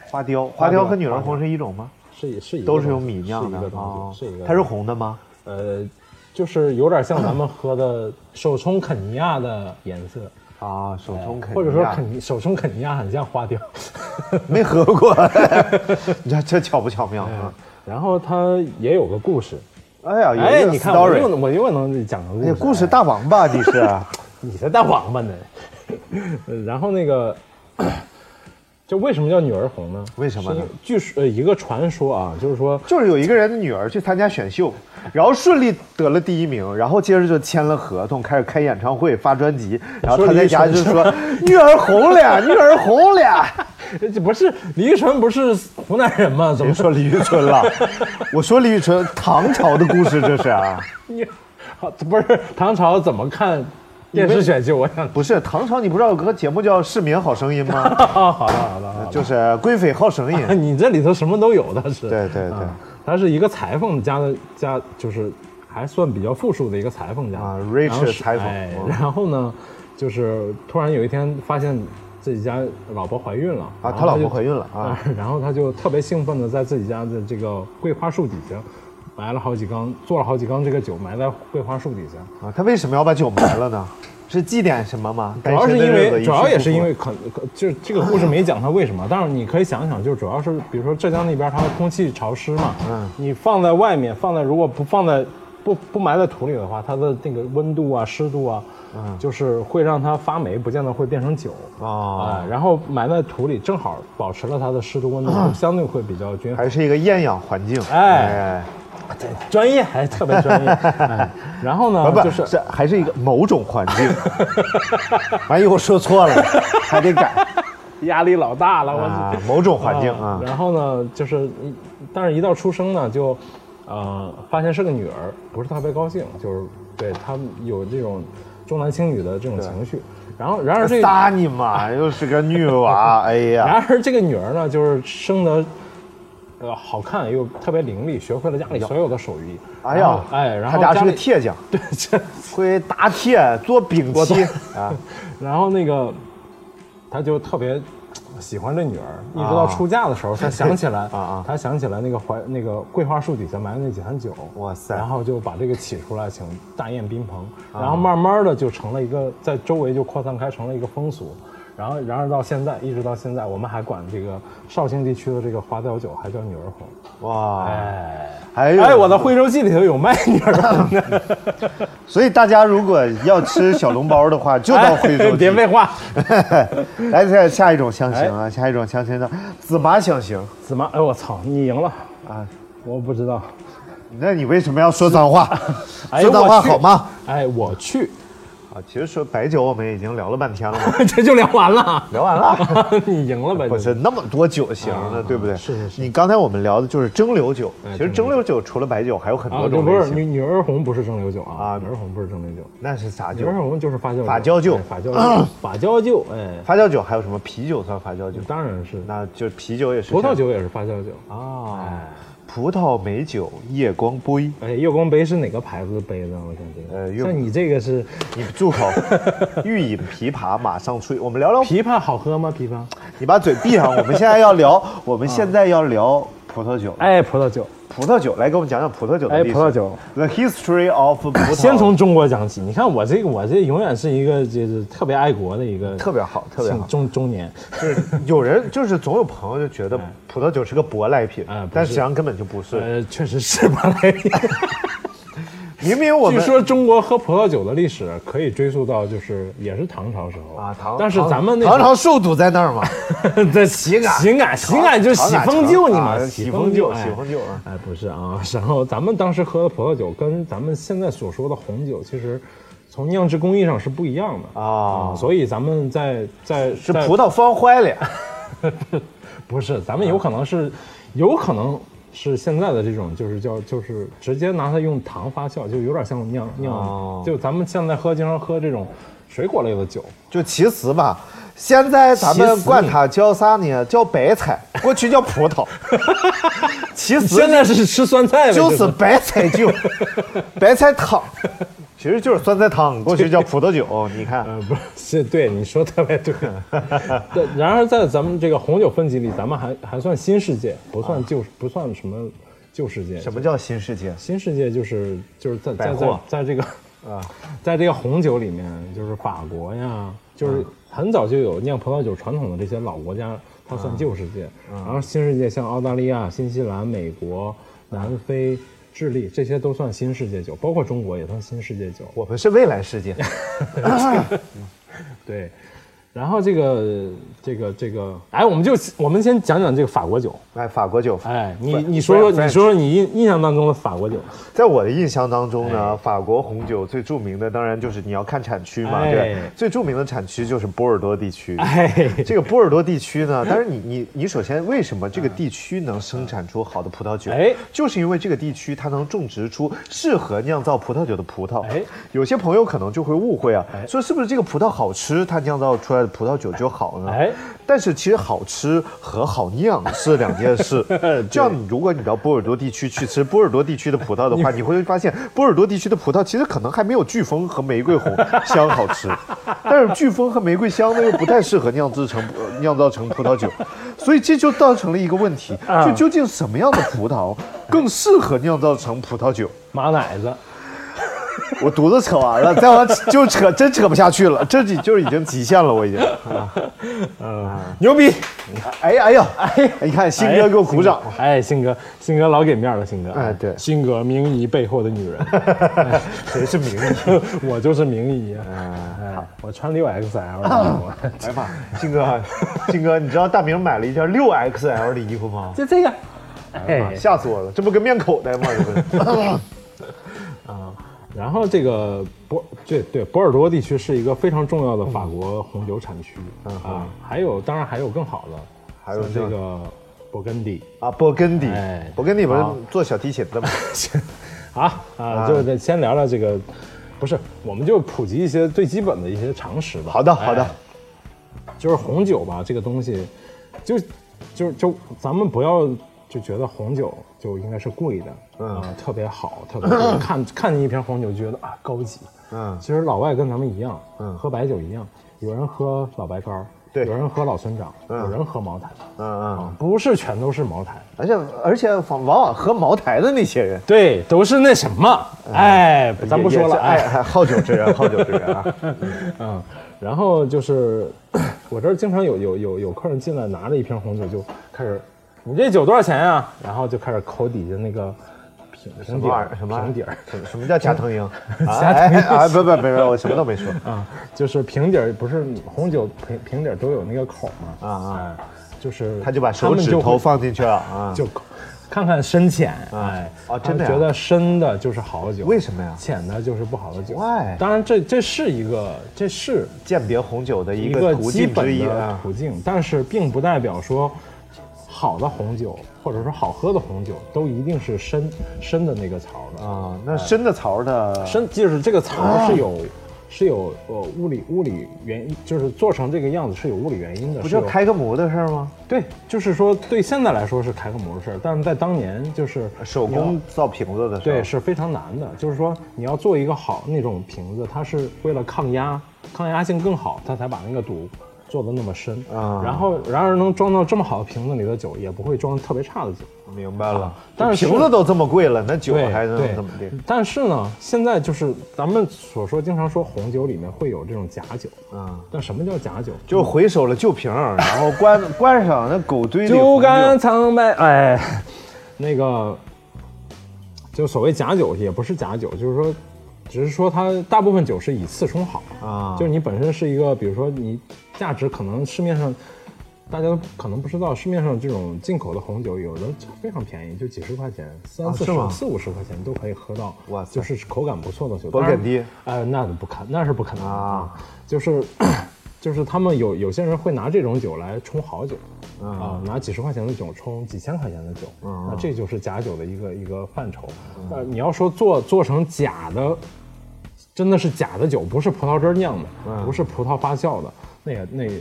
花雕。花雕和女儿红是一种吗？
是是一个
都是
东
用
西
米酿的
是一个
啊
东西，是一个，
它是红的吗？
呃，就是有点像咱们喝的手冲肯尼亚的颜色，
啊，手冲肯尼亚，
哎或者说肯尼手冲肯尼亚很像花雕。
没喝过， 你看这巧不巧妙啊？
然后它也有个故事，
哎呀，
哎，
有一
你
个
看我
story，
又我又能讲个故
哎
事
呀，，故事
哎
大王八你是？
你才大王八呢。呃 然后那个， 就为什么叫女儿红呢？
为什么呢
是因为？据说呃一个传说啊，就是说
就是有一个人的女儿去参加选秀，然后顺利得了第一名，然后接着就签了合同，开始开演唱会、发专辑，然后他在家就说：“ 女儿红 了，女儿红了。
这不是李宇春不是湖南人吗？”怎
别
么
说李宇春了， 我说李宇春，唐朝的故事这是啊，
你好不是唐朝怎么看电视选秀？我想
不是唐朝，你不知道有个节目叫《市民好声音》吗？
啊， 好了好了好了，
就是贵妃好 声音。
你这里头什么都有，它是
啊对对对
啊它是一个裁缝家的家，就是还算比较富庶的一个裁缝家
啊
然后
rich
是
裁缝
哎
嗯
然后呢，就是突然有一天发现自己家老婆怀孕了
啊，
然后
他老
就
婆怀孕 了啊，
然后他就特别兴奋的在自己家的这个桂花树底下埋了好几缸，做了好几缸这个酒，埋在桂花树底下。
啊，他为什么要把酒埋了呢？是祭奠什么吗？
主要是
单
因
身的日子
为，
一
主要
去
也
不
是
复
因为可可，就是这个故事没讲它为什么，但是你可以想想，就是主要是比如说浙江那边它空气潮湿嘛，
嗯
嗯，你放在外面，放在如果不放在不不埋在土里的话，它的那个温度啊、湿度啊，
嗯
就是会让它发霉，不见得会变成酒。
哦
啊，然后埋在土里，正好保持了它的湿度 温度，相对会比较均衡。
还是一个厌氧环境。
哎专业还特 别专业、哎然后
哎，
呢，
不，
就是是
这还是一个某种环境。 万一我说错了，还得改
压力老大 了，我
啊，某种环境啊。
然后呢，就是，嗯但是一到出生呢，就，呃，发现是个女儿，不是特别高兴，就是对她有这种重男轻女的这种情绪。然后，然而这，
撒你妈，又是个女 娃，哎呀，
然而这个女儿呢，就是生得，呃，好看又特别伶俐，学会了家里所有的手艺。
哎
然
呀
后，哎，然后
他家是个
里
铁匠，
对， 这
会打铁做兵
我
器啊。
然后那个，他就特别喜欢这女儿，一直到出嫁的时候，他想起来
啊啊
他想起来那个槐那个桂花树底下埋的那几坛酒，
哇塞啊
然后就把这个起出来，请大宴宾朋，然后慢慢的就成了一个在周围就扩散开，成了一个风俗。然后，然而到现在，一直到现在，我们还管这个绍兴地区的这个花雕酒还叫女儿红。
哇，
哎，
哎呦
哎，我的徽州记里头有卖女儿红的，
所以大家如果要吃小笼包的话，就到徽 州去。
别哎 废话。
来，下下一种香型啊，下一种香型的紫麻香型
怎么？哎，我操，你赢了，
啊。
我不知道。
那你为什么要说脏话？
哎
说脏话
我去
好吗？
哎，我去，
啊，其实说白酒我们已经聊了半天了嘛，
这就聊完了，
聊完了。
你赢了呗？
不是
你，
那么多酒型的，对不对？
啊是是是
你刚才我们聊的就是蒸馏酒，
哎
其实蒸馏酒除了白酒还有很
啊，
多
这
种
不
类
是
型。
女女儿红不是蒸馏酒啊，
啊
女儿红不是蒸馏酒，
那是啥
女
酒？
儿红就是发酵酒
发酵酒
哎发酵酒， 发酵酒，哎，
发酵酒还有什么？啤酒算发酵酒？
当然是，
那就是啤酒也是
葡萄
像
酒也是发酵酒。
啊，
哎，
葡萄美酒夜光杯。
哎，月光杯是哪个牌子的杯子啊？我想这
呃
个，
月
像你这个是
你 住口！欲饮琵琶马上吹。我们 聊聊，
琵琶好喝吗？琵琶，
你把嘴闭上。我们现在要聊，我们现在要聊葡萄酒。
哎，葡萄酒，
葡萄酒，来给我们讲讲葡萄酒的
哎
历史。
葡萄酒
，The history of 葡萄。
先从中国讲起。你看我这个，我这永远是一个就是特别爱国的一个，
特别好，特别好。
中中年。
就是有人就是总有朋友就觉得葡萄酒是个舶来品
哎不是，
但实际上根本就不是。
呃，确实是吧？
明明我
据
们
说中国喝葡萄酒的历史可以追溯到，就是也是唐朝时候
啊，唐
但是咱们那
唐朝受阻在那 儿嘛，
这喜
感
喜感喜 感就是喜风酒，你嘛，
啊喜风酒
哎
喜风酒啊
哎，不是啊，然后咱们当时喝的葡萄酒跟咱们现在所说的红酒，其实从酿制工艺上是不一样的
啊
所以咱们在在
是
在
葡萄放坏了，
不是，咱们有可能是，有可能是现在的这种，就是叫就是直接拿它用糖发酵，就有点像酿酿，
哦
就咱们现在喝经常喝这种水果类的酒，
就其实吧。现在咱
其
们
实
管它叫啥呢？叫白 菜，过去叫葡萄。其实
现在是吃酸菜呗，
就是白菜 酒、白菜汤，其实就是酸菜汤，过去叫葡萄酒。你看，
呃，不是是，对你说特别对。 对，然而在咱们这个红酒分级里，咱们还还算新世界，不算旧，不算什么旧世界。
什么叫新世界？
新世界就是就是在
百
在在
货
在这个啊， 在这个红酒里面，就是法国呀，就是很早就有酿葡萄酒传统的这些老国家，它算旧世界。然后新世界像澳大利亚、新西兰、美国、南非、智利这些都算新世界酒，包括中国也算新世界酒。
我们是未来世 界。
对，然后这个这个这个，哎，我们就我们先讲讲这个法国酒。
哎，法国酒，
哎，你你说说，
French
你说说你印印象当中的法国酒，
在我的印象当中
哎
呢，法国红酒最著名的当然就是你要看产区嘛，
哎
对吧，最著名的产区就是波尔多地区。
哎，
这个波尔多地区呢，但是你你你首先为什么这个地区能生产出好的葡萄酒？
哎
就是因为这个地区它能种植出适合酿造葡萄酒的葡萄。
哎
有些朋友可能就会误会啊，说是不是这个葡萄好吃，它酿造出来的葡萄酒就好呢？
哎
但是其实好吃和好酿是两件 事。这样，如果你到波尔多地区去吃波尔多地区的葡萄的话，你会发现波尔多地区的葡萄其实可能还没有飓风和玫瑰红香好吃， 但是飓风和玫瑰香呢又不太适合酿制成 呃酿造成葡萄酒，所以这就造成了一个问题，就究竟什么样的葡萄更适合酿造成葡萄酒？
马奶子，
我犊子扯完了，再往 就扯真扯不下去了，这已就是已经极限了，我已经。
牛逼！
哎呀哎呀，哎，你看新哥给我鼓掌。
哎，信哥，信哥老给面了，信哥。
哎对
信哥名医背后的女人，
谁是名医？
我就是名医。哎，我穿六 XL 的衣服，
哎呀妈，信哥，信哥，你知道大明买了一件六 XL 的衣服吗？
就这个。哎，
吓死我了，这不跟面口袋吗？这不是
然后这个波对对波尔多地区是一个非常重要的法国红酒产区啊，还有当然还有更好的，
嗯还有
像
这
这
个
个勃艮第。
啊，勃艮第
哎，
勃艮第不是
好
做小提琴的吗？
啊啊，就是得先聊聊这个，不是，我们就普及一些最基本的一些常识吧。
好的，好的
哎，就是红酒吧，这个东西，就就就咱们不要就觉得红酒就应该是贵的，
嗯
啊、特别好，特别 贵看看见一瓶红酒就觉得啊高级，
嗯
其实老外跟咱们一样，
嗯
喝白酒一样，有人喝老白干儿，
对
有人喝老村长，
嗯
有人喝茅台，
嗯嗯，
啊，不是全都是茅台。
而且而且往往往喝茅台的那些人，
对，都是那什么，哎，咱不
也也
说了，哎
是爱爱好酒之人，好酒之 人啊，
嗯，然后就是 我这儿经常有有有有客人进来拿着一瓶红酒就开始，你这酒多少钱呀、然后就开始抠底下那个瓶
什
瓶
么
底
玩意
儿
儿？什么玩
瓶
意
底
儿
儿
什么叫加藤 鹰？
加藤鹰
啊哎哎，不不不不，我什么都没说。
啊，就是瓶底儿不是红酒瓶瓶底儿都有那个口嘛
啊啊
哎就是
他就把手
们
指
就会
头放进去了啊，
就看看深浅，
啊
哎，
哦真的呀
他觉得深的就是好酒，
为什么呀
浅的就是不好的酒。
Why？
当然这这是一个这是
鉴别红酒的一
一
个
个
途
基
径之
本
一
的
啊。
途径，但是并不代表说好的红酒或者说好喝的红酒都一定是深深的那个槽的。
啊，那深的槽的
哎深就是这个槽是有、啊是有呃物理物理原因，就是做成这个样子是有物理原因的。
不
是
就
有
开个模的事儿吗？
对，就是说对现在来说是开个模式，但是在当年就是
手
你要
工造瓶子的时候，
对，是非常难的。就是说，你要做一个好那种瓶子，它是为了抗压，抗压性更好，它才把那个毒做的那么深
啊
然后，然而能装到这么好的瓶子里的酒，也不会装特别差的酒。
明白了。
啊但是
瓶子都这么贵了，那酒
对
还能
对
怎么的？
但是呢，现在就是咱们所说，经常说红酒里面会有这种假酒。
啊，
但什么叫假酒？
就回收了旧瓶儿，然后关关上那狗堆里。
酒干倘卖哎，那个就所谓假酒也不是假酒，就是说，只是说它大部分酒是以次充好
啊
就是你本身是一个，比如说你价值可能市面上。大家都可能不知道，市面上这种进口的红酒，有的非常便宜，就几十块钱，三四
啊是
十、
吗
四五十块钱都可以喝到，
哇塞
就是口感不错的酒。
勃艮第
当然呃，那不可，那是不可能的
啊！
就是， 就是他们有有些人会拿这种酒来冲好酒，啊、拿几十块钱的酒冲几千块钱的酒，那这就是假酒的一个一个范畴。呃，你要说做做成假的，真的是假的酒，不是葡萄汁儿酿的，不是葡萄发酵的，那也那也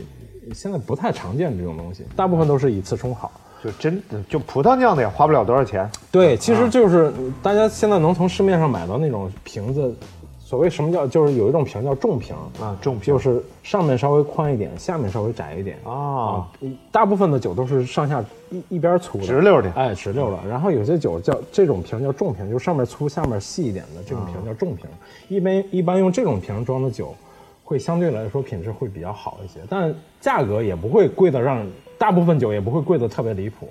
现在不太常见这种东西，大部分都是以次冲好。
就真就葡萄酿的也花不了多少钱。
对，其实就是大家现在能从市面上买到那种瓶子，所谓什么叫就是有一种瓶叫重瓶
啊重瓶
就是上面稍微宽一点，下面稍微窄一点
啊
嗯大部分的酒都是上下一一边粗的，
直溜的
哎，直溜的。然后有些酒叫这种瓶叫重瓶，就是上面粗下面细一点的这种
啊
瓶叫重瓶。一般一般用这种瓶装的酒，会相对来说品质会比较好一些，但价格也不会贵的让大部分酒也不会贵的特别离谱。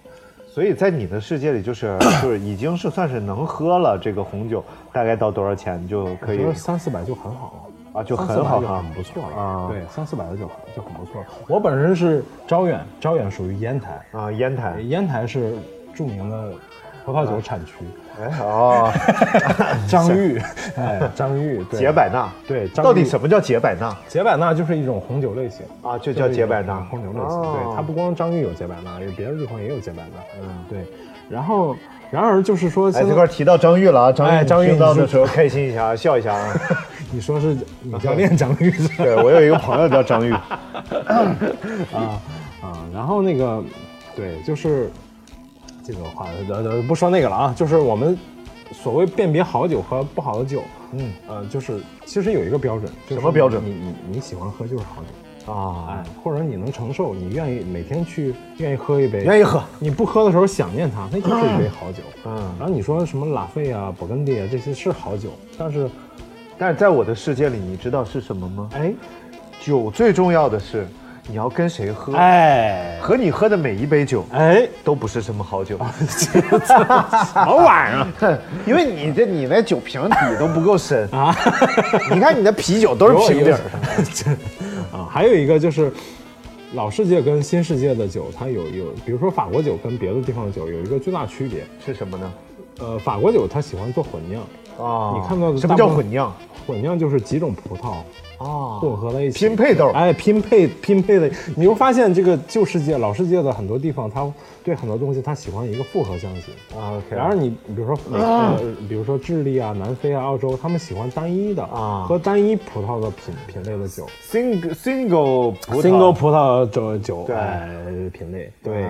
所以在你的世界里，就是 就是已经是算是能喝了这个红酒，大概到多少钱就可以
我觉得三四百就很好了
啊就很
三四百
好
就
了
很不错了
啊
对，三四百的就很就很不错了。我本身是招远，招远属于烟台，
啊？烟台
烟台是著名的葡萄酒产区，
哎哦，
张裕，哎，张裕，对
杰百纳
对张裕
到底什么叫杰百纳
杰百纳就是一种红酒类型。
啊？就叫杰百纳
红牛类型。
哦
对，它不光张裕有杰百纳，有别的地方也有杰百纳。嗯，对。然后，然而就是说，
哎，
现
这
在
块提到张玉了啊，张玉，
哎张玉
听到
你
的
是
时候开心一 下，笑一下啊。
你说是你教练张裕是吧？
对我有一个朋友叫张玉，
啊啊，然后那个，对，就是这个话，呃呃，不说那个了啊，就是我们所谓辨别好酒和不好的酒，嗯，呃，就是其实有一个标准，就
什
是
么标准
你你你喜欢喝就是好酒，
啊
哎，，或者你能承受，你愿意每天去 愿意喝一杯，
愿意喝
你不喝的时候想念它，那就是一杯好酒。
嗯
然后你说什么拉菲啊、勃艮第啊，这些是好酒，但是
但是在我的世界里，你知道是什么吗？
哎
酒最重要的是你要跟谁喝，
哎
和你喝的每一杯酒
哎，
都不是什么好酒，
这个什么玩意 儿啊？
因为你这你那酒瓶底都不够深 啊。
啊
你看你的啤酒都是
有
平底
有
儿，
啊，还有一个就是老世界跟新世界的酒，它有有，比如说法国酒跟别的地方的酒有一个巨大区别。
是什么呢？
呃，法国酒它喜欢做混酿，
啊
你看到的
什么
大
叫
部分
混酿
混酿就是几种葡萄
啊？
混合在一起，
拼配豆
哎，拼配拼配的，你会发现这个旧世界、老世界的很多地方，它对很多东西它喜欢一个复合香型。
啊，OK，
然而你比如说美国、
啊
呃比如说智利啊、南非啊、澳洲，他们喜欢单一的
啊
喝单一葡萄的品品类的酒。
single single 葡萄
single 葡萄酒酒
对
哎品类对
啊，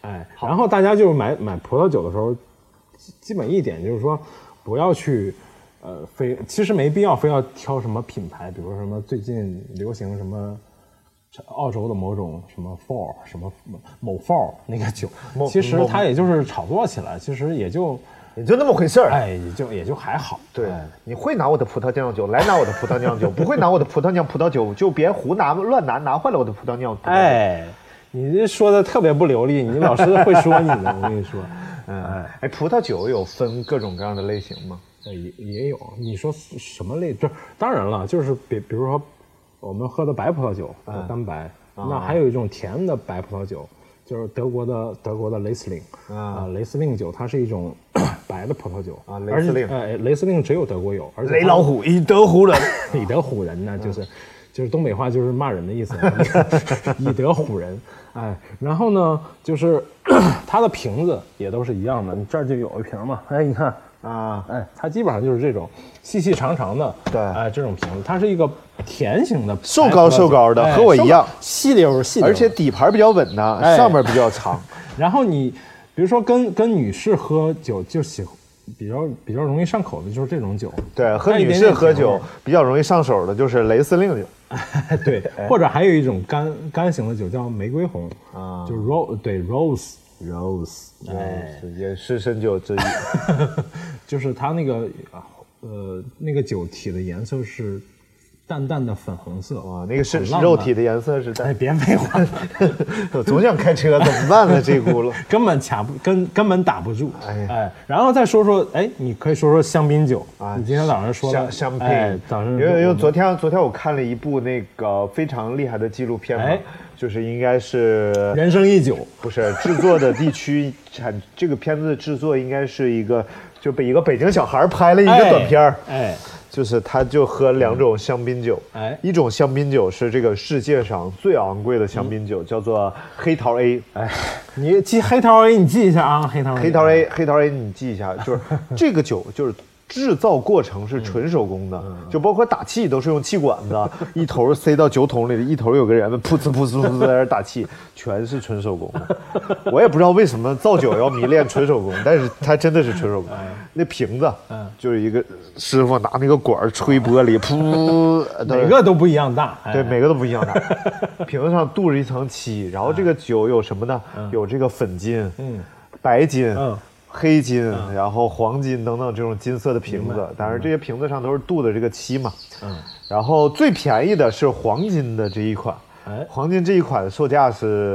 哎，然后大家就是买买葡萄酒的时候，基基本一点就是说不要去。呃，非其实没必要非要挑什么品牌，比如说什么最近流行什么呃澳洲的某种什么 fall 什么某 fall 那个酒，
某
其实
某
它也就是炒作起来，其实也就
也就那么回事儿。
哎也就也就还好。
对
哎，
你会拿我的葡萄酿酒，来拿我的葡萄酿酒； 不会拿我的葡萄酿葡萄酒，就别胡拿乱拿，拿坏了我的葡萄酿。，
哎，你这说的特别不流利，你老师会说你的，我跟你说。
嗯，哎，葡萄酒有分各种各样的类型吗？
呃，也也有。你说什么类？这当然了，就是比比如说我们喝的白葡萄酒，
嗯
呃干白，
啊
那还有一种甜的白葡萄酒，就是德国的德国的雷司令
啊
啊，雷司令酒它是一种 白的葡萄酒
啊雷
而且
司令
呃，雷司令只有德国有，而且
雷
它
老虎，以嗯德服人。
以德唬人呢，就是就是东北话就是骂人的意思， 以德唬人。哎，然后呢，就是 它的瓶子也都是一样的，你这儿就有一瓶嘛。哎，你看
啊，
哎，它基本上就是这种细细长长的，
对
哎，这种瓶子，它是一个甜型的，
瘦
哎
高
葡萄酒
瘦高的
哎
和我一样
瘦高细溜儿细溜儿，
而且底盘比较稳呐，
哎
上面比较长。
然后你比如说跟跟女士喝酒就喜比较比较容易上口的就是这种酒，
对，和
带一
女
点
士
点
喝
甜味
酒比较容易上手的就是雷司令酒，
哎 对，或者还有一种干干型的酒叫玫瑰红
啊
就 rose 对 rose rose，哎
嗯，也是深酒之一。
就是它那个呃那个酒体的颜色是淡淡的粉红色
哇，那个是
很浪漫
肉体的颜色是
哎
淡，
别废话，
我总想开车，怎么办呢？这轱辘。
根本卡不根根本打不住
哎
哎然后再说说哎你可以说说香槟酒
啊
你今 天早上说了
香香槟、
哎早上
因为因为昨天昨天我看了一部那个非常厉害的纪录片嘛，
哎
就是应该是
人生一酒
不是制作的地区产这个片子的制作应该是一个就被一个北京小孩拍了一个短片儿、
哎
就是他就喝两种香槟酒，
哎
一种香槟酒是这个世界上最昂贵的香槟酒，叫做黑桃 A，
嗯哎你记黑桃 A 你记一下啊黑桃 A
黑桃 A，黑桃 A，你记一下，就是这个酒就是。制造过程是纯手工的，
嗯
就包括打气都是用气管 子，一头塞到酒桶里，一头有个人噗呲噗呲噗呲在那儿打气，全是纯手工的。我也不知道为什么造酒要迷恋纯手工，但是它真的是纯手工。
嗯
那瓶子，就是一个师傅拿那个管儿吹玻璃，噗，
每嗯个都不一样大哎
对，每个都不一样 的。瓶子上镀着一层漆，然后这个酒有什么呢？有这个粉金，嗯，白金，
嗯
黑金，然后黄金等等这种金色的瓶子。当然，这些瓶子上都是镀的这个漆嘛。嗯。然后最便宜的是黄金的这一款
哎。
黄金这一款售价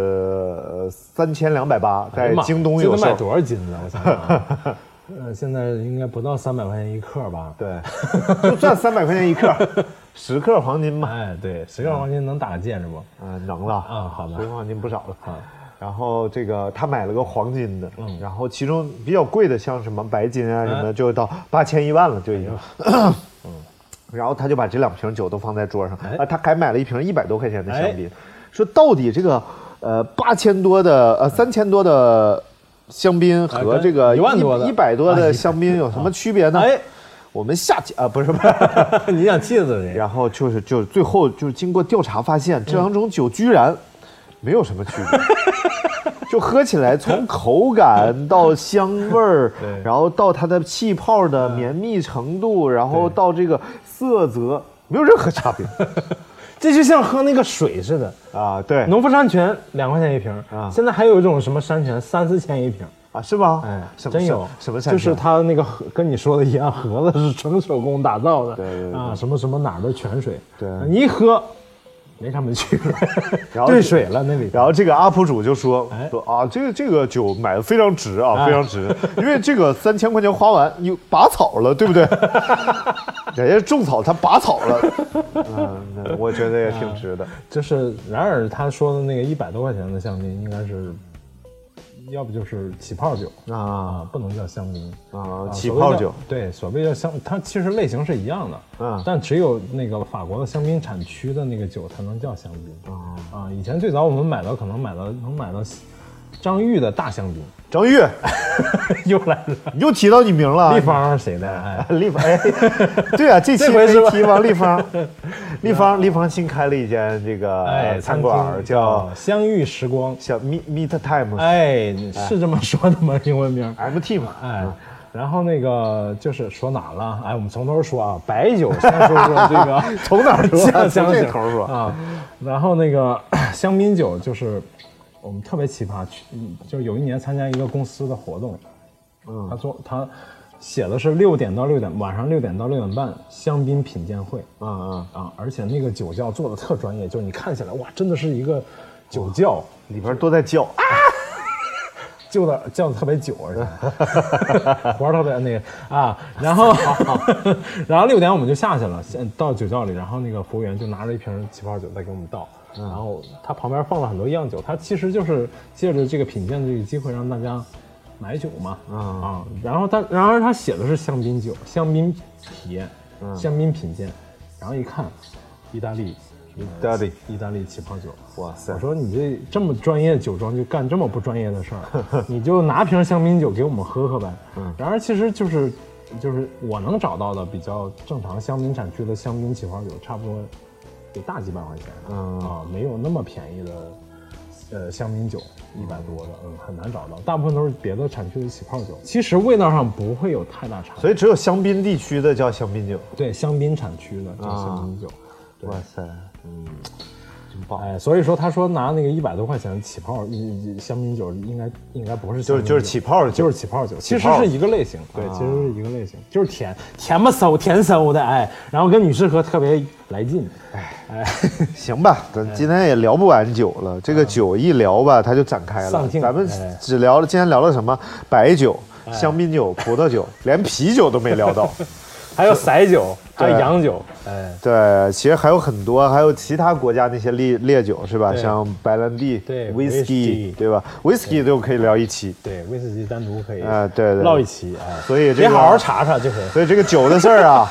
是三千两百八，
哎
在
呀妈
京东
这
有
得买
售。
多少斤呢？我想想 啊，呃，现在应该不到三百块钱一克吧？，
对，就算三百块钱一 克，十克黄金嘛。
哎，对，十
嗯
克黄金能打个戒指不？
啊，能了
啊好的嗯
所以黄金不少了。
啊
然后这个他买了个黄金的，然后其中比较贵的像什么白金啊什么的，
哎
就到八千一万了就已经。 然后他就把这两瓶酒都放在桌上，
嗯哎
啊，他还买了一瓶一百多块钱的香
哎
槟，说到底这个呃八千多的呃三千多的香槟
哎
和
跟
这个
一万多的
一百多
哎
的香槟有什么区别呢？
哎，
我们下期啊不是不是。
你想气死谁？
然后就是就是最后就是经过调查发现，这两种酒居然没有什么区 别，就喝起来从口感到香味儿
对，
然后到它的气泡的绵密程度，然后到这个色泽，没有任何差别
这就像喝那个水似的，
啊！对
农夫山泉两块钱一瓶
啊
现在还有一种什么山泉三四千一瓶，
啊，是吗？
哎，
什么
真有
什么山啊
就是
泉
它那个盒跟你说的一样，盒子是纯手工打造的，
对对对
啊，什么什么哪儿的泉水，
对
你一喝没啥没趣了
然，后
兑
就
水了那里头，
然后这个 UP 主就说
哎
说啊，这个这个酒买的非常值啊，
哎
非常值，因为这个三千块钱花完，你拔草了， 对不对？人家种草，他拔草了，嗯，那我觉得也挺值的。
就是，然而他说的那个一百多块钱的香槟，应该是，要不就是起泡酒
啊，
不能叫香槟
啊
啊
起泡酒
所谓叫对，所谓叫香，它其实类型是一样的，
嗯
但只有那个法国的香槟产区的那个酒才能叫香槟
哦
啊。以前最早我们买到可能买到能买到张裕的大香槟，
张玉，
又来了，
你又提到你名了，
立方谁的？哎，
立方，啊哎， 对啊，这期
这回是吧
没提王立 方，立方立方新开了一间这个
哎，
啊餐
餐
馆
厅
叫
相遇时光，
小 Meet Meet Time
哎，是这么说的吗？英文名？
MT 嘛，
哎，然后那个就是说哪了？哎，我们从头说啊，白酒先说说这 个
从哪儿说
香
从
香
这
酒
头说
啊，然后那个 香槟酒就是我们特别奇葩，去嗯就有一年参加一个公司的活动，嗯，他说他写的是六点到六点，晚上六点到六点半香槟品鉴会，
嗯嗯，
啊，而且那个酒窖做的特专业，就是你看起来哇，真的是一个酒窖。
里边都在叫，
就的叫的特别久，而且活儿特别那个啊，然后然后六点我们就下去了，先到酒窖里，然后那个服务员就拿着一瓶起泡酒再给我们倒，
嗯
然后他旁边放了很多样酒，他其实就是借着这个品鉴的这个机会让大家买酒嘛，
嗯
啊，然后他然而他写的是香槟酒，香槟体验，
嗯
香槟品鉴，然后一看，意大利。
意大利
意大利起泡酒，
哇塞
我说你这这么专业的酒庄就干这么不专业的事儿，你就拿瓶香槟酒给我们喝 喝呗。嗯，然而其实就是就是我能找到的比较正常香槟产区的香槟起泡酒，差不多得大几百块钱。嗯啊，没有那么便宜的呃香茗酒一百多的，嗯，很难找到，大部分都是别的产区的起泡酒。其实味道上不会有太大差别。
所以只有香槟地区的叫香槟酒。
对香槟产区的叫
啊
香槟酒，对
哇塞，嗯，真棒。
哎，所以说他说拿那个一百多块钱起泡一一香槟酒，应该应该不是
就
香
是
槟
就是
酒
起泡的酒，
就是起泡啊酒，其实
泡
是一个类型，对，其实是一个类型，就是甜甜吧馊甜馊的，哎，然后跟女士喝特别来劲，哎，
行吧，咱今天也聊不完酒了，这个酒一聊吧，它就展开了
丧。尽
咱们
哎
只聊了今天聊了什么白酒、香槟酒、葡萄酒，连啤酒都没聊 到。
还有色酒，还有
对
洋酒，哎，
对，其实还有很多，还有其他国家那些烈烈酒是吧？
对
像白兰地、
对
whisky，
whisky
对吧？whisky 都可以聊一期。
对，威士忌单独可以
啊对对
唠一期，哎，
所以这
别
个
好好查查就可以，
所以这个酒的事儿 啊，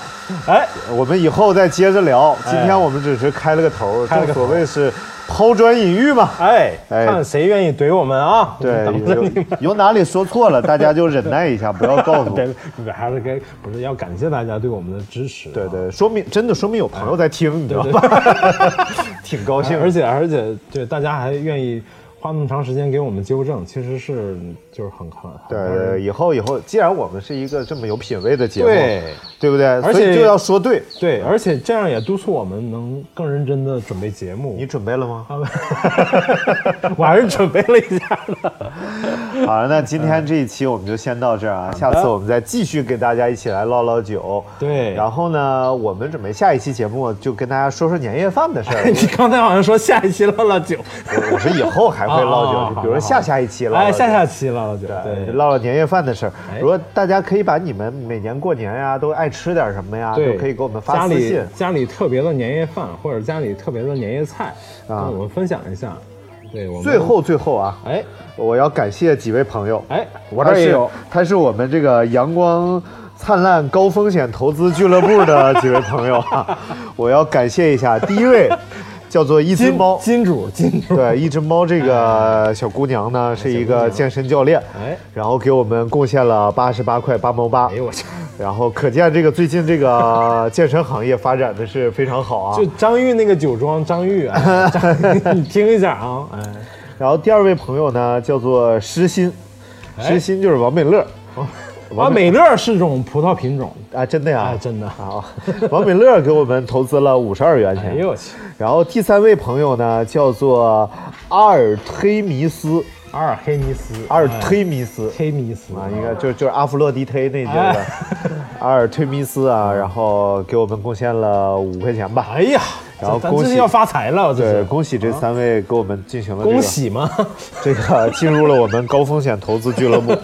哎，
我们以后再接着聊。今
哎
天我们只是开了个头儿，
开了
正
个头
所谓是抛砖引玉嘛。
哎，
哎
看谁愿意怼我们啊？
对，
我们 等着你
有有哪里说错了，大家就忍耐一下，不要告诉我。
别别，还是该不是要感谢大家对我们的支持啊，
对对，说明真的说明有朋友在听，你知道吧？ 挺高兴
哎。而且而且，对大家还愿意花那么长时间给我们纠正，其实是就是很很
对
很
对，以后以后，既然我们是一个这么有品位的节目，
对
对不对？
而且
所以就要说对。嗯
对，而且这样也督促我们能更认真的准备节目
你。准备了 吗？
我还是准备了一下的。
好了，那今天这一期我们就先到这儿啊，下次我们再继续给大家一起来唠唠酒。
对
然后呢，我们准备下一期节目就跟大家说说年夜饭的事 儿。
你刚才好像说下一期唠唠酒，
我我是以后还会唠
啊啊啊
酒，就比如说
好好
下下一期唠。
哎，下下期唠唠酒，对
对，，唠唠年夜饭的事儿。
哎
如果大家可以把你们每年过年呀、都爱吃点什么呀，
对
都可以给我们发私信
家里。家里特别的年夜饭或者家里特别的年夜菜，跟
啊
我们分享一下。对，我们
最，后最后啊，
哎
我要感谢几位朋友。
哎，
我
这
这
儿也有，
他是我们这个阳光灿烂高风险投资俱乐部的几位朋友啊，我要感谢一下。第一位叫做一只
金
猫，
金主金主，
对，一只猫这个小姑娘呢是一个健身教练，
哎
然后给我们贡献了八十八块八毛八
哎。呦我去。
然后可见这个最近这个健身行业发展的是非常好啊
就。张玉那个酒庄，张玉 啊，张你听一下啊，哎，
然后第二位朋友呢叫做诗心，
哎
诗心就是王美乐
啊，美乐是种葡萄品种，
啊，真的呀
哎，，真的，
啊， 王美乐给我们投资了五十二元
哎
钱。
呦我去，
然后第三位朋友呢叫做阿尔忒弥斯，
阿尔黑尼斯，
阿尔
哎
忒弥斯。
黑尼斯
啊，应该就就是阿弗洛狄忒那一届的
哎
阿尔忒弥斯啊，然后给我们贡献了五块钱吧。
哎呀，
然后
咱
恭
咱这是
喜
要发财了，这
对，
是
恭喜这三位给我们进行了这个
恭喜吗？
这个进入了我们高风险投资俱乐 部。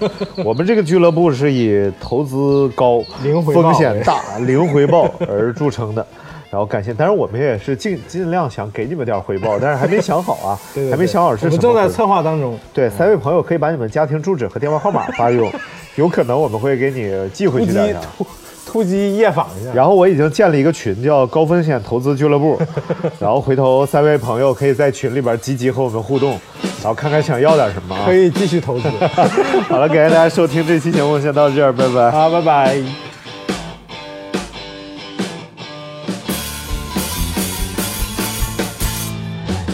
我们这个俱乐部是以投资高、
零回报
风险大、零回报而著称的。然后感谢，但是我们也是尽尽量想给你们点回报，但是还没想好啊，
对对对
还没想好是
我
什
们
么
正
回
在
报
策划当中，
对，三位朋友可以把你们家庭住址和电话号码发给我， 有可能我们会给你寄
突
回去
击
的。
突突击夜访一下，
然后我已经建了一个群，叫高风险投资俱乐 部。然后回头三位朋友可以在群里边积极和我们互动，然后看看想要点什么啊
可。以继续投资，
好了，感谢大家收听这期节目，先到这儿，拜拜。
好，拜拜。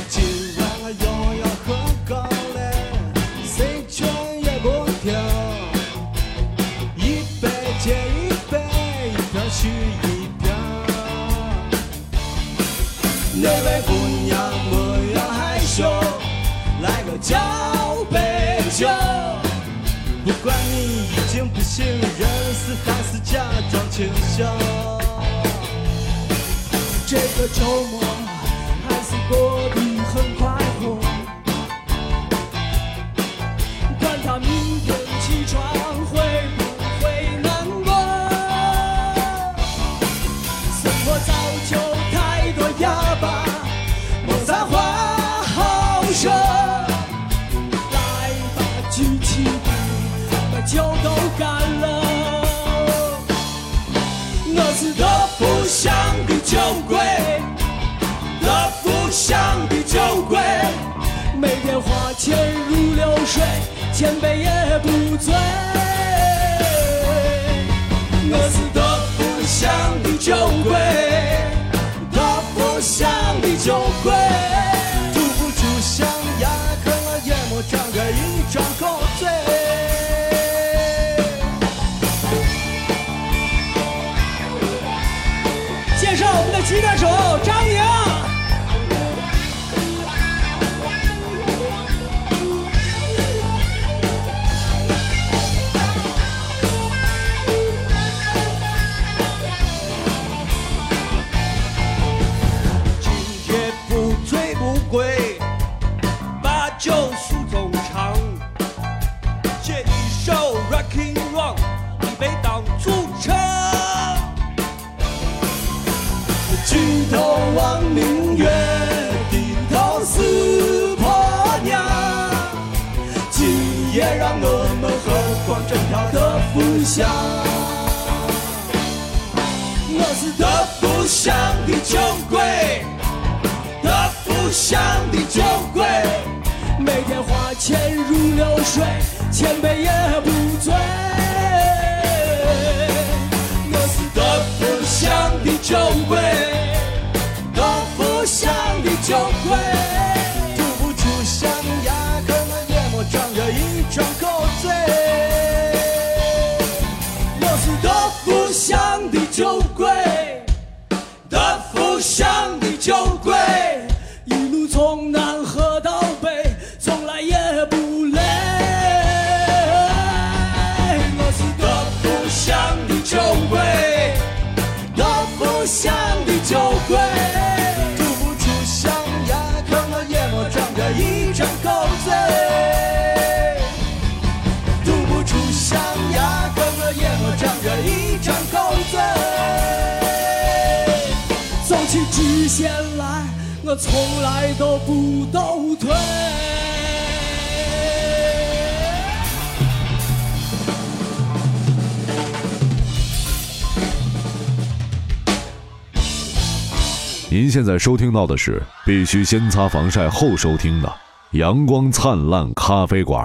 既然我拥有很高嘞，谁劝也不听，一杯接一杯，一瓶续一瓶。那位姑娘不要害羞，来个交杯酒。不管你已经不信人是还是假装清醒。这个周末还是过得很快活。管他明天起床会不会难过，生活早就太多哑巴，没啥话好说。来吧，举起杯，把酒都干了。我是乐福巷的酒鬼，乐福巷的酒鬼，每天花钱如流水，千杯也不醉。我是乐福巷的酒鬼，乐福巷的酒鬼，吐不出象牙壳转口醉。介绍我们的吉他手张宁。今夜不醉不归，把酒诉衷肠。借一首 Rocking Roll，一杯当主唱。举头望明月，低头思婆娘。今夜让我们喝光整条的福香。我是德不香的酒鬼，德不香的酒鬼，每天花钱如流水，千杯也不醉。我是德不香的酒鬼，德不香的酒鬼，吐不出象牙，可我也没长着一张口嘴。我是德福巷的酒鬼，德福巷的酒鬼，一路从南喝到北，从来也不累。我是德福巷的酒鬼，德福巷的酒鬼，吐不出象牙，可我也没长着一张口嘴。吐不出象牙，可我也没长着一张口嘴。走起直线来，我从来都不倒退。
您现在收听到的是必须先擦防晒后收听的《阳光灿烂咖啡馆》。